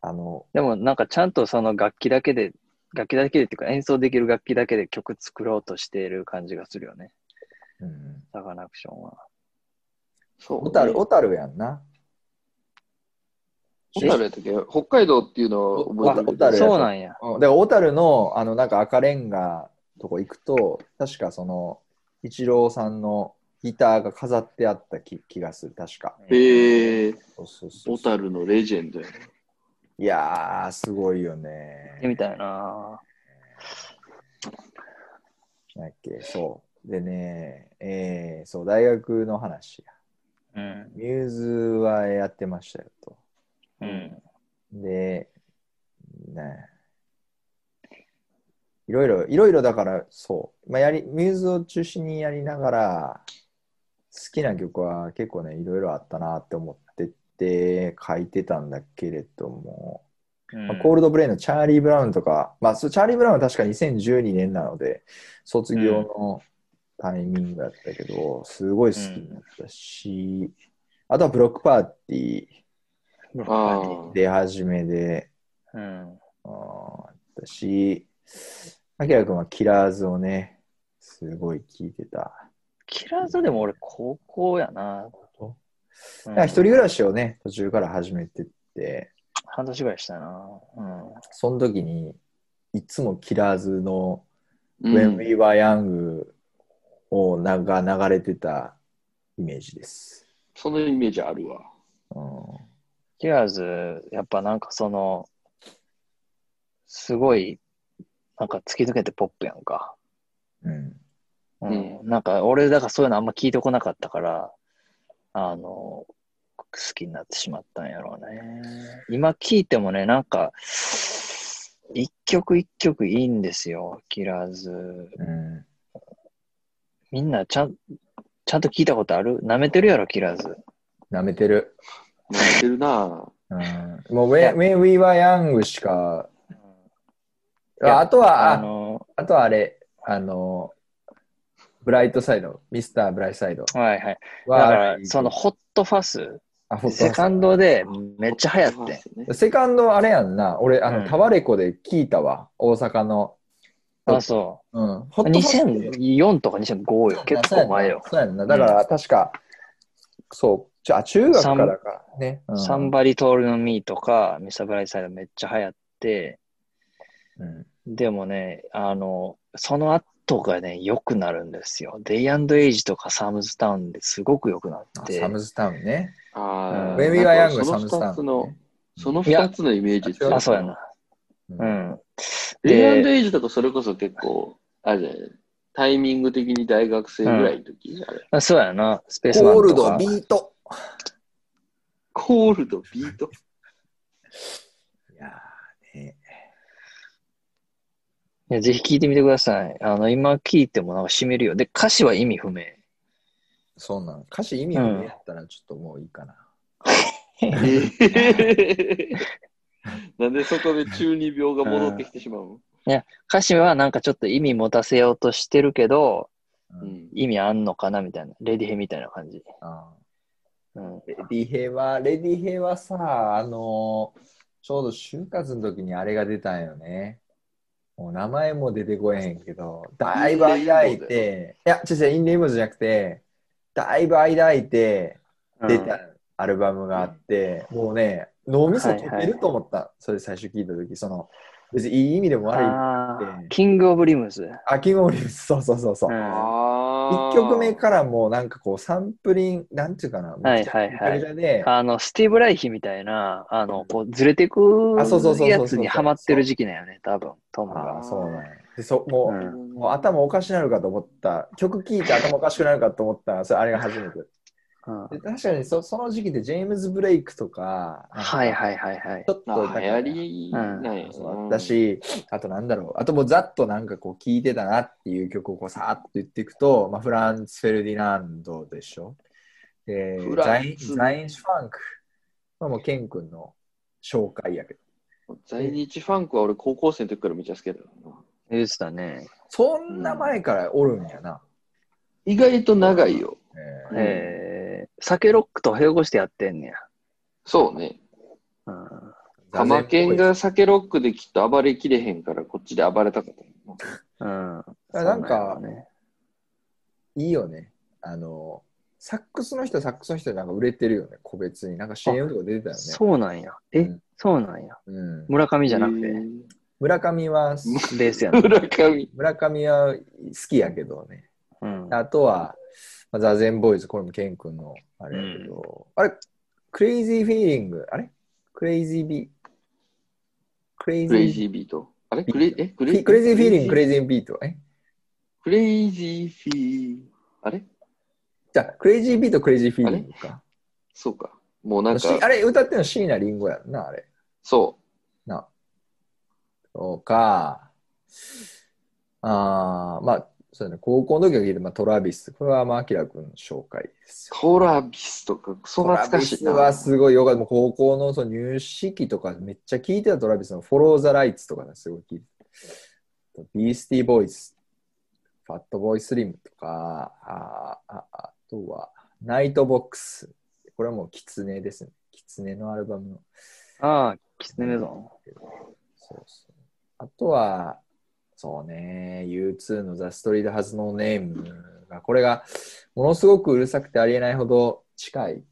あの、でもなんかちゃんとその楽器だけで、楽器だけでっていうか演奏できる楽器だけで曲作ろうとしている感じがするよね。うん。サカナクションは。そう、小樽、小樽やんな。小樽やったっけ北海道っていうのを覚えてるけど小樽やそうなんや。うん、だから小樽の、あの、なんか赤レンガとこ行くと、確かその、一郎さんのギターが飾ってあった気気がする、確か。へえー、そうそうそう小樽のレジェンドやね。いやー、すごいよ行ってみね。たいななんだっけ、そう。でね、えー、そう、大学の話や。うん。ミューズはやってましたよと。うん。で、ねいろいろ、いろいろだから、そう。まあ、やり、ミューズを中心にやりながら、好きな曲は結構ね、いろいろあったなって思ってて、書いてたんだけれども、まあコールドブレインのチャーリー・ブラウンとか、まあ、そうチャーリー・ブラウンは確か2012年なので、卒業のタイミングだったけど、すごい好きになったし、あとはブロックパーティあーあ。出始めで、うん。あーあったし、あきらくんはキラーズをね、すごい聞いてた。キラーズでも俺高校やなだから一人暮らしをね、途中から始めてって、半年ぐらいしたなうん。その時に、いつもキラーズのう When ん、 We Were Young をなんか流れてたイメージです。そのイメージあるわ。うん、キラーズ、やっぱなんかその、すごい、なんか突き抜けてポップやんか。うん、うん。なんか俺、だからそういうのあんま聞いてこなかったから、あの、好きになってしまったんやろうね。今聞いてもね、なんか、一曲一曲いいんですよ、キラーズ。うみんなちゃん、ちゃんと聞いたことある舐めてるやろ、キラーズ。ん、舐めてる。なってるな。うん、もう when, when We Were Young しか、いやああとは、ああの、あとはあれ、あの、ブライトサイド、ミスターブライトサイドはいはい。だは、から、その、ホットファス、あほんとセカンドでめっちゃ流行ってん。て。セカンドあれやんな、俺、あの、うんタワレコで聞いたわ、大阪の。あ、そうん、う。ホットファスト2004とか2005よ。結構前よ。そうやんな。だから、確か、そう、ちょあ中学からか。ね。うんサンバリトールのミーとか、ミサブライサイドめっちゃ流行って、うんでもね、あの、その後がね、良くなるんですよ。デイアンドエイジとかサムズタウンですごく良くなっあて。サムズタウンね。ああ。ウェビー・ワヤング、そサのムズタ二ウつンのね。、その二つのイメージ強いあ、そうやな。ううんん。レイでエイジだとそれこそ結構、あれじゃないタイミング的に大学生ぐらいの時、あれあそうやな。スペースワコールンとド、かビ。ート。コールドビート。 いやーね。いやぜひ聞いてみてください。あの、今聞いてもなんか染みるよ。で、歌詞は意味不明。そうなん。歌詞意味をやったら、ちょっともういいか な。なんでそこで中二病が戻ってきてしまうの歌詞はなんかちょっと意味持たせようとしてるけど、ううんん意味あんのかなみたいな。レディヘみたいな感じ。あーうん。レディヘは、レディヘはさ、あのーちょうど就活の時にあれが出たんよね。もう名前も出てこえへんけど、だいぶ間空いインレて、いや、違う違う、インレインボーじゃなくて、だいぶ間空いて、出たアルバムがあって、もうね、脳みそ溶けると思った。それ最初聞いた時、その、別にいい意味でも悪い。ああいってーキングオブリムズ。キングオブリムズ そうそうそうそう。うんあ1ー曲目からもうなんかこうサンプリンなんていうかな、はいはいはいめちゃくちゃであの、スティーブ・ライヒみたいな、あの、こう、ずれてくあそうそうそうそうそうやつにハマってる時期だよね、多分、トムあが。あそうなんやでそもう,、うんもう頭おかしなるかと思った曲聴いて頭おかしくなるかと思ったらそれあれが初めてうんはで確かにそその時期でジェームズ・ブレイクとかいいはいはいはいち。ょっとなんあか流行りなんやなそうあったし、あとなんだろうあともうざっとなんかこう聴いてたなっていう曲をこうさーっと言っていくと、まあ、フランツ・フェルディナンドでしょでフザラインンツザインシュ・ファンクまあもうケン君の紹介やけど在日ファンクは俺高校生の時からめっちゃ好きだからな言ってたね。そんな前からおるんやな。意外と長いよ。えうんえー、酒ロックと併合してやってんねや。そうね。うん。ー座禅浜っぽい県が酒ロックできっと暴れきれへんから、こっちで暴れたかった。うん。なんかそうやろね、いいよね。あの、サックスの人、サックスの人なんか売れてるよね、個別に。なんか CM とか出てたよね。そうなんや。え、うんそうなんや。うん、村上じゃなくへて、ー村上は、ベー スやな。村上。村上は好きやけどね。うん。あとは、まあ、ザゼンボーイズ、これもケン君のあれやけど、あれ、クレイジーフィーリング、あれクレイジービー、クレイジクレイージービート。あれクレイ、え、クフレィイクレイジーフィーリング、クレイレイジービート、えクレイジーフィー。あれじゃあ、クレイジービート、クレイジーフィーリングか。そうか。もうあなんしあか、れ、歌ってんの椎名林檎やんな、あれ。そな。そうか。ああ、まあ、そうだね。高校の時は聞いて、まあ、トラビス。これは、まあ、アキラ君の紹介ですう。よ。トラビスとか、クソトラ懐かビしいスな。はすごいよかった。もう高校のその入試期とかめっちゃ聞いてたトラビスのフォロー・ザ・ライツとかね、すごい聞いてた。ビースティー・ボーイズ、ファット・ボーイ・スリムとか、あああとは、ナイト・ボックス。これはもうキツネですね。キツネのアルバムの。ああ、キツネメゾン。そうそう。あとは、そうね、U2 の The Street Has No Name が、これがものすごくうるさくてありえないほど近い、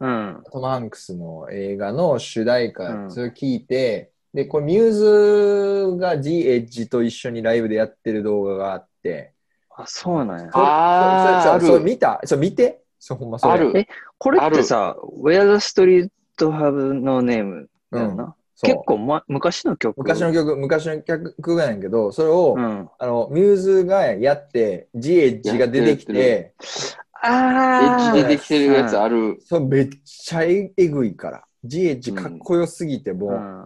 うん。トム・ハンクスの映画の主題歌、うんそれを聞いて、で、これ、ミューズが g エッジと一緒にライブでやってる動画があって、あ、そうなんや。あそーれそれそれあそるれ見たそれ見てそうほんまそれある。えこれってさ、Where the Street Have No Name だよな。そう結構、ま、昔の曲。昔の曲、昔の曲がやねんけど、それを、うん。あの、ミューズがやって、g エッジが出てき、やってるやってエッあジあ。でできてるやつある。それめっちゃえぐいから。ジエッジかっこよすぎてもう。うん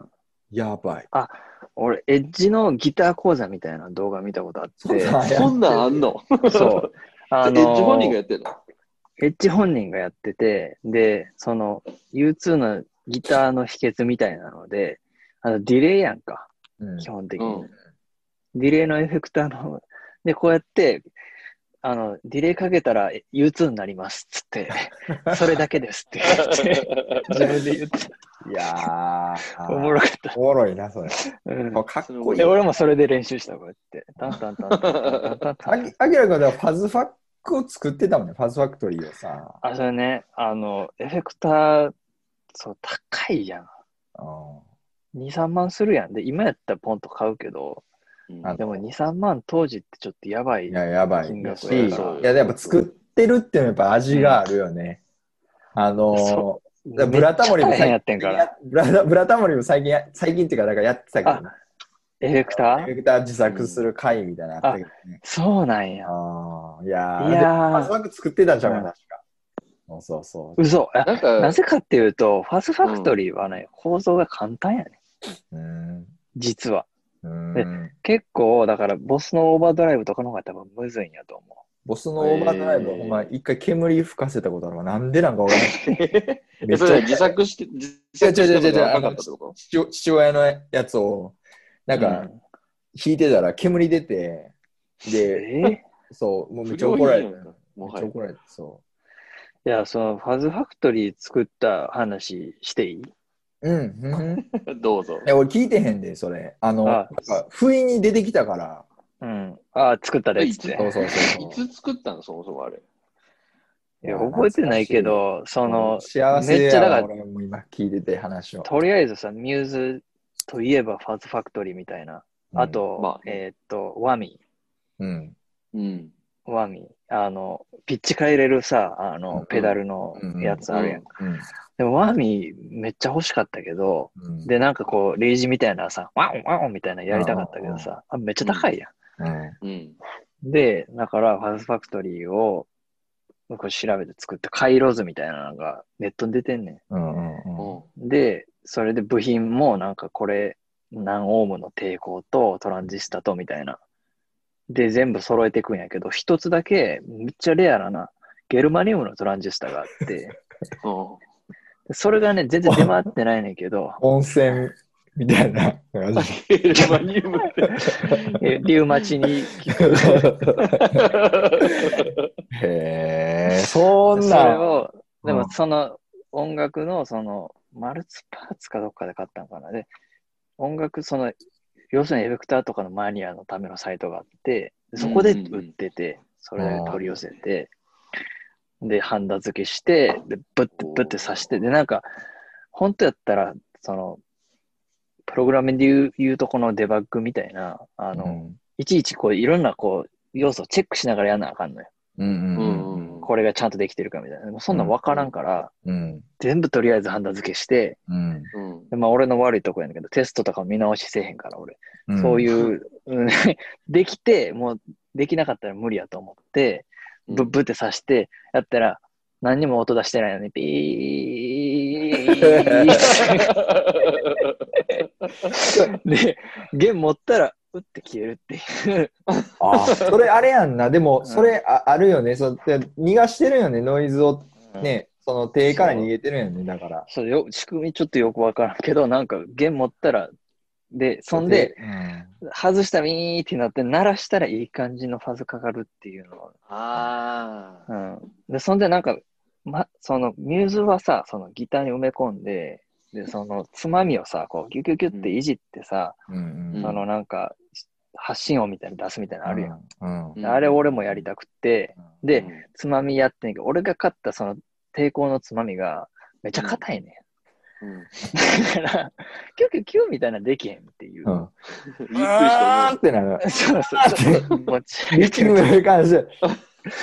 やばい。俺、エッジのギター講座みたいな動画見たことあっそんて、なんやこんなんあんのそう。あのエッジ本人がやってるのエッジ本人がやってて、で、その U2 のギターの秘訣みたいなので、あのディレイやんか、うん基本的うに。ん。ディレイのエフェクターの、で、こうやって、あの、ディレイかけたらえ U2 になりますっつって、それだけですって言っ て、自分で言って、いやー、おもろかった。おもろいな、それ。うんかっこいいで、。俺もそれで練習した、こうやって。タンタンタンタンタンタンタあンきあきらくんはファズファックを作ってたもんね、ファズファクトリーをさ。あ、それね、あの、エフェクター、そう、高いやん。う2、3万するやん。で、今やったらポンと買うけど、あでも2、3万当時ってちょっとやばい。んいや、やばい金額し、やいなや、やっぱ作ってるっていうのはやっぱ味があるよね。あのそー、だからブラタモリもめっちゃ大変や最ってん近から。や、ブラブラタモリも最近や、最近っていうか、なんかやってたけどね、エフェクタエーフェクター自作する会みたいなのあったけどね。そうなんや。ああ、いやー、いフやァズー、ワーク作ってたんちゃうかうんな、確か。そうそうそう。嘘。あなんか、なぜかっていうと、ファスファクトリーはね、構造が簡単やね。うーん。実は。うーん。結構、だから、ボスのオーバードライブとかの方が多分むずいんやと思ボスのオーバードライブは、えーお前、一回煙吹かせたことあるわ。なんでなん か俺、めえ、っちそれゃ自作して、自作して違う違う違う違うなかったってこと父父親のやつを、う。なんかう、ん弾いてたら煙出て、で、えーそう、もうめっちゃ不怒良られ品て。やめっんかもちはゃや。怒られて、そ。いや、その、ファズファクトリー作った話していいううん。うん、いどうぞ。や、俺聞いてへんで、それ。あの、なあんか、不意に出てきたから。うん。ああ、作ったでっつって。そうそうそうそう。いつ作ったのそもそもあれ。いや、覚えてないけど、その、幸せやわめっちゃだから俺も今聞いてて話を。とりあえずさ、ミューズといえばファズファクトリーみたいな。あと、うんまあえーっと、ワミ、うん、うん。ワミ、あの、ピッチ変えれるさ、あの、うんペダルのやつあるやん。うん。でも、ワミ、めっちゃ欲しかったけど、うん、で、なんかこう、レイジみたいなさ、ワンワンみたいなのやりたかったけどさ、あめっちゃ高いやん。うん。うん。で、だから、ファズファクトリーを、こう調べて作った回路図みたいなのがネットに出てんねん。うんうんうん、うんで、それで部品もなんかこれ、何オームの抵抗とトランジスタとみたいな。で、全部揃えていくんやけど、一つだけめっちゃレアなな、ゲルマニウムのトランジスタがあって、でそれがね、全然出回ってないねんけど温泉みたいな感じ。ゲルマニウムって。えリウマチに効 く。へえ、そんそれな。を、でもその音楽のそのマルツパーツかどっかで買ったのかな。で、音楽、その、要するにエフェクターとかのマニアのためのサイトがあって、でそこで売ってて、それで取り寄せて、で、ハンダ付けして、で、ブッてブッて刺して、で、なんか、本当やったら、その、プログラムでいういうとこのデバッグみたいな、あの、うんいちいちこういろんなこう要素をチェックしながらやんなあかんのよ。うんううんんうんうん。これがちゃんとできてるかみたいな。もうそんなん分からんから、うん全部とりあえずハンダ付けして、うんうんでまあ俺の悪いとこやねんけど、テストとか見直しせえへんから俺。うんそういう、うん できて、もうできなかったら無理やと思って、ブッブって刺して、やったら、何にも音出してないのに、ピーってで、弦持ったら、うって消えるっていう。あそれあれやんなでもそれああるよねそうで逃がしてるよねノイズをねその手から逃げてるよねだからそうよ、仕組みちょっとよくわからんけど、なんか弦持ったら、で、そんで、外したらウィーってなって、鳴らしたらいい感じのファズかかるっていうのをああ。うん。で、そんでなんか、ま、そのミューズはさ、そのギターに埋め込んで、で、そのつまみをさ、こうギュギュギュっていじってさ、うんうんうんそのなんか、発信音みたいなの出すみたいなのあるやん。うんうんであれ俺もやりたくって、で、うんつまみやってんけど、俺が買ったその抵抗のつまみがめっちゃ硬いねん。 うんだから、キュキュキュみたいなのできへんっていう。うんうんびっくりあーってな る そうそうそう。もうちリキングの感じ で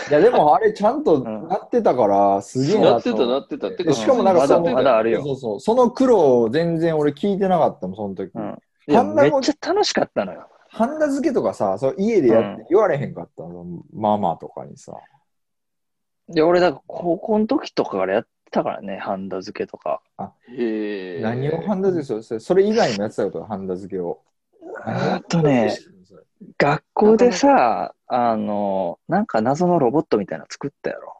いやでもあれちゃんとなってたからすげえしたななってとた思なっってたっててか。しかもなんかまだそまのだあるよ。そうそうその苦労を全然俺聞いてなかったもんその時うんいハや、ンダめっもちゃ楽しかったのよ。ハンダ付けとかさそう家でやっうて言われへんかったのママとかにさで、俺、だから高校の時とかからやってたからね、ハンダ付けとか。へえ。何をハンダ付けするそれそれ以外にもやってたことハンダ付けをあとね、学校でさ、あの、なんか謎のロボットみたいなの作ったやろ。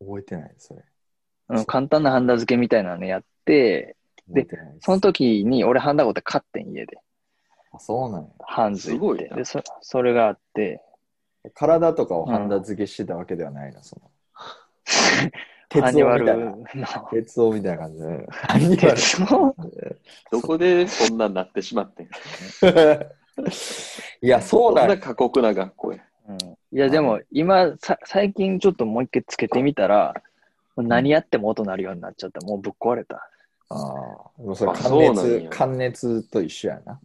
覚えてないそれうん、簡単なハンダ付けみたいなのやって、覚えてないですその時に俺ハンダごて買ってん家で。あそうなんやハンズすご行っいて。なでそ、それがあって、体とかをハンダ付けしてたわけではないな、その。鉄アニ王マみルたいな。の。鉄王みたいな感じで。アニマル鉄のどこでそんなんなってしまってん。 いや、そうそんなんなや。過酷な学校や。いや、でも今さ、最近ちょっともう一回つけてみたら、もう何やっても音鳴るようになっちゃった。もうぶっ壊れた。あーもうそれあ関そうなん熱や、関熱と一緒やな。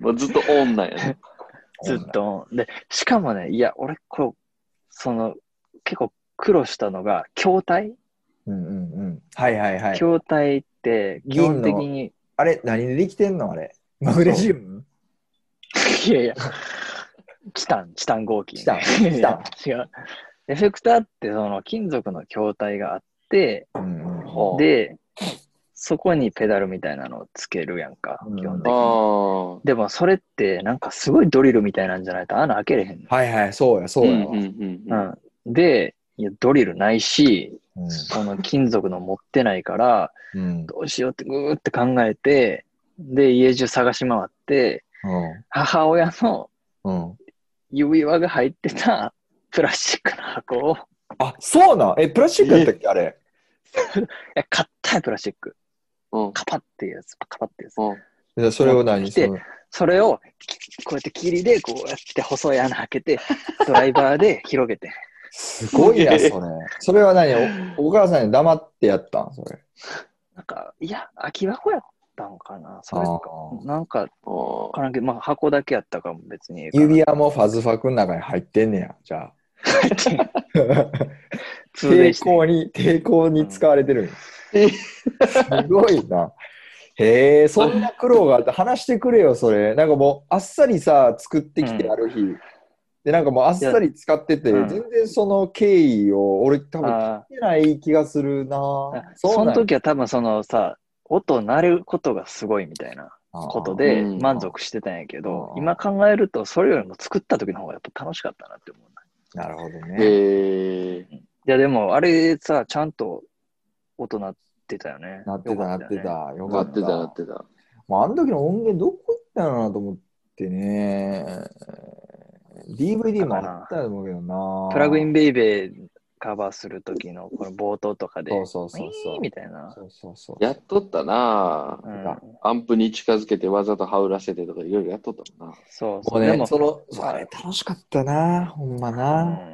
もうずっとオンなんやね。ずっと。で、しかもね、いや、俺、こう、その、結構苦労したのが、筐体、うんうんうん。はいはいはい。筐体って、基本的に、あれ、何でできてんのあれ。マグネシウムいやいや、チタン、チタン合金、チタンチタン。 違う。エフェクターって、その、金属の筐体があって、うんうんほうで、そこにペダルみたいなのをつけるやんか、うん基本的あに。あ。でもそれってなんかすごいドリルみたいなんじゃないと穴開けれへんはいはい、そうや、そううんやう。んうん。の。うん、で、いやドリルないし、うんその金属の持ってないから、うんどうしようってぐーって考えて、で、家中探し回って、母親のうんうん指輪が入ってたプラスチックの箱を、いあ、そうなんえ、プラスチックやったっけあれ。や、硬いプラスチック。うん。カパっていうやつ、カパっていうやつ。うんじゃあそれを何来てそのそれを、こうやって霧でこうやって細い穴開けて、ドライバーで広げて。すごいや、それ。それは何おお母さんに黙ってやったんそれ。なんか、いや、空き箱やったんかな。それあかーなんか、あわからんけど、まあ、箱だけやったから別にええかな。指輪もファズファクの中に入ってんねや、じゃあ。 通電抵して。抗に、抵抗に使われてるんや。すごいな。へえ、そんな苦労があって、話してくれよ、それ。なんかもう、あっさりさ、作ってきて、うんある日。で、なんかもう、あっさり使ってて、いやうん全然その経緯を、俺、多分聞いあてない気がするなーうなそんやの時は多分そのさ、音鳴ることがすごいみたいなことでうん満足してたんやけどう、ん今考えるとそれよりも作った時の方がやっぱ楽しかったなって思うな。なるほどあ。ね。へえ。いやでもあれさ、ちゃんと音鳴ってたよね。なってた、なってた。よかよかなっってた。たなってた。まあ、あの時の音源どこ行ったのかなと思ってね。DVD もあったと思うけどなたよね。。プラグインベイベーカバーする時のこの冒頭とかで、そうそうそうそうウィーンみたいな。そうそうそう。やっとったなぁ、うんアンプに近づけてわざと羽織らせてとかいろいろやっとったもんな。そうもそうう。でね、も、その、そうあれ楽しかったな、ほんまな。うん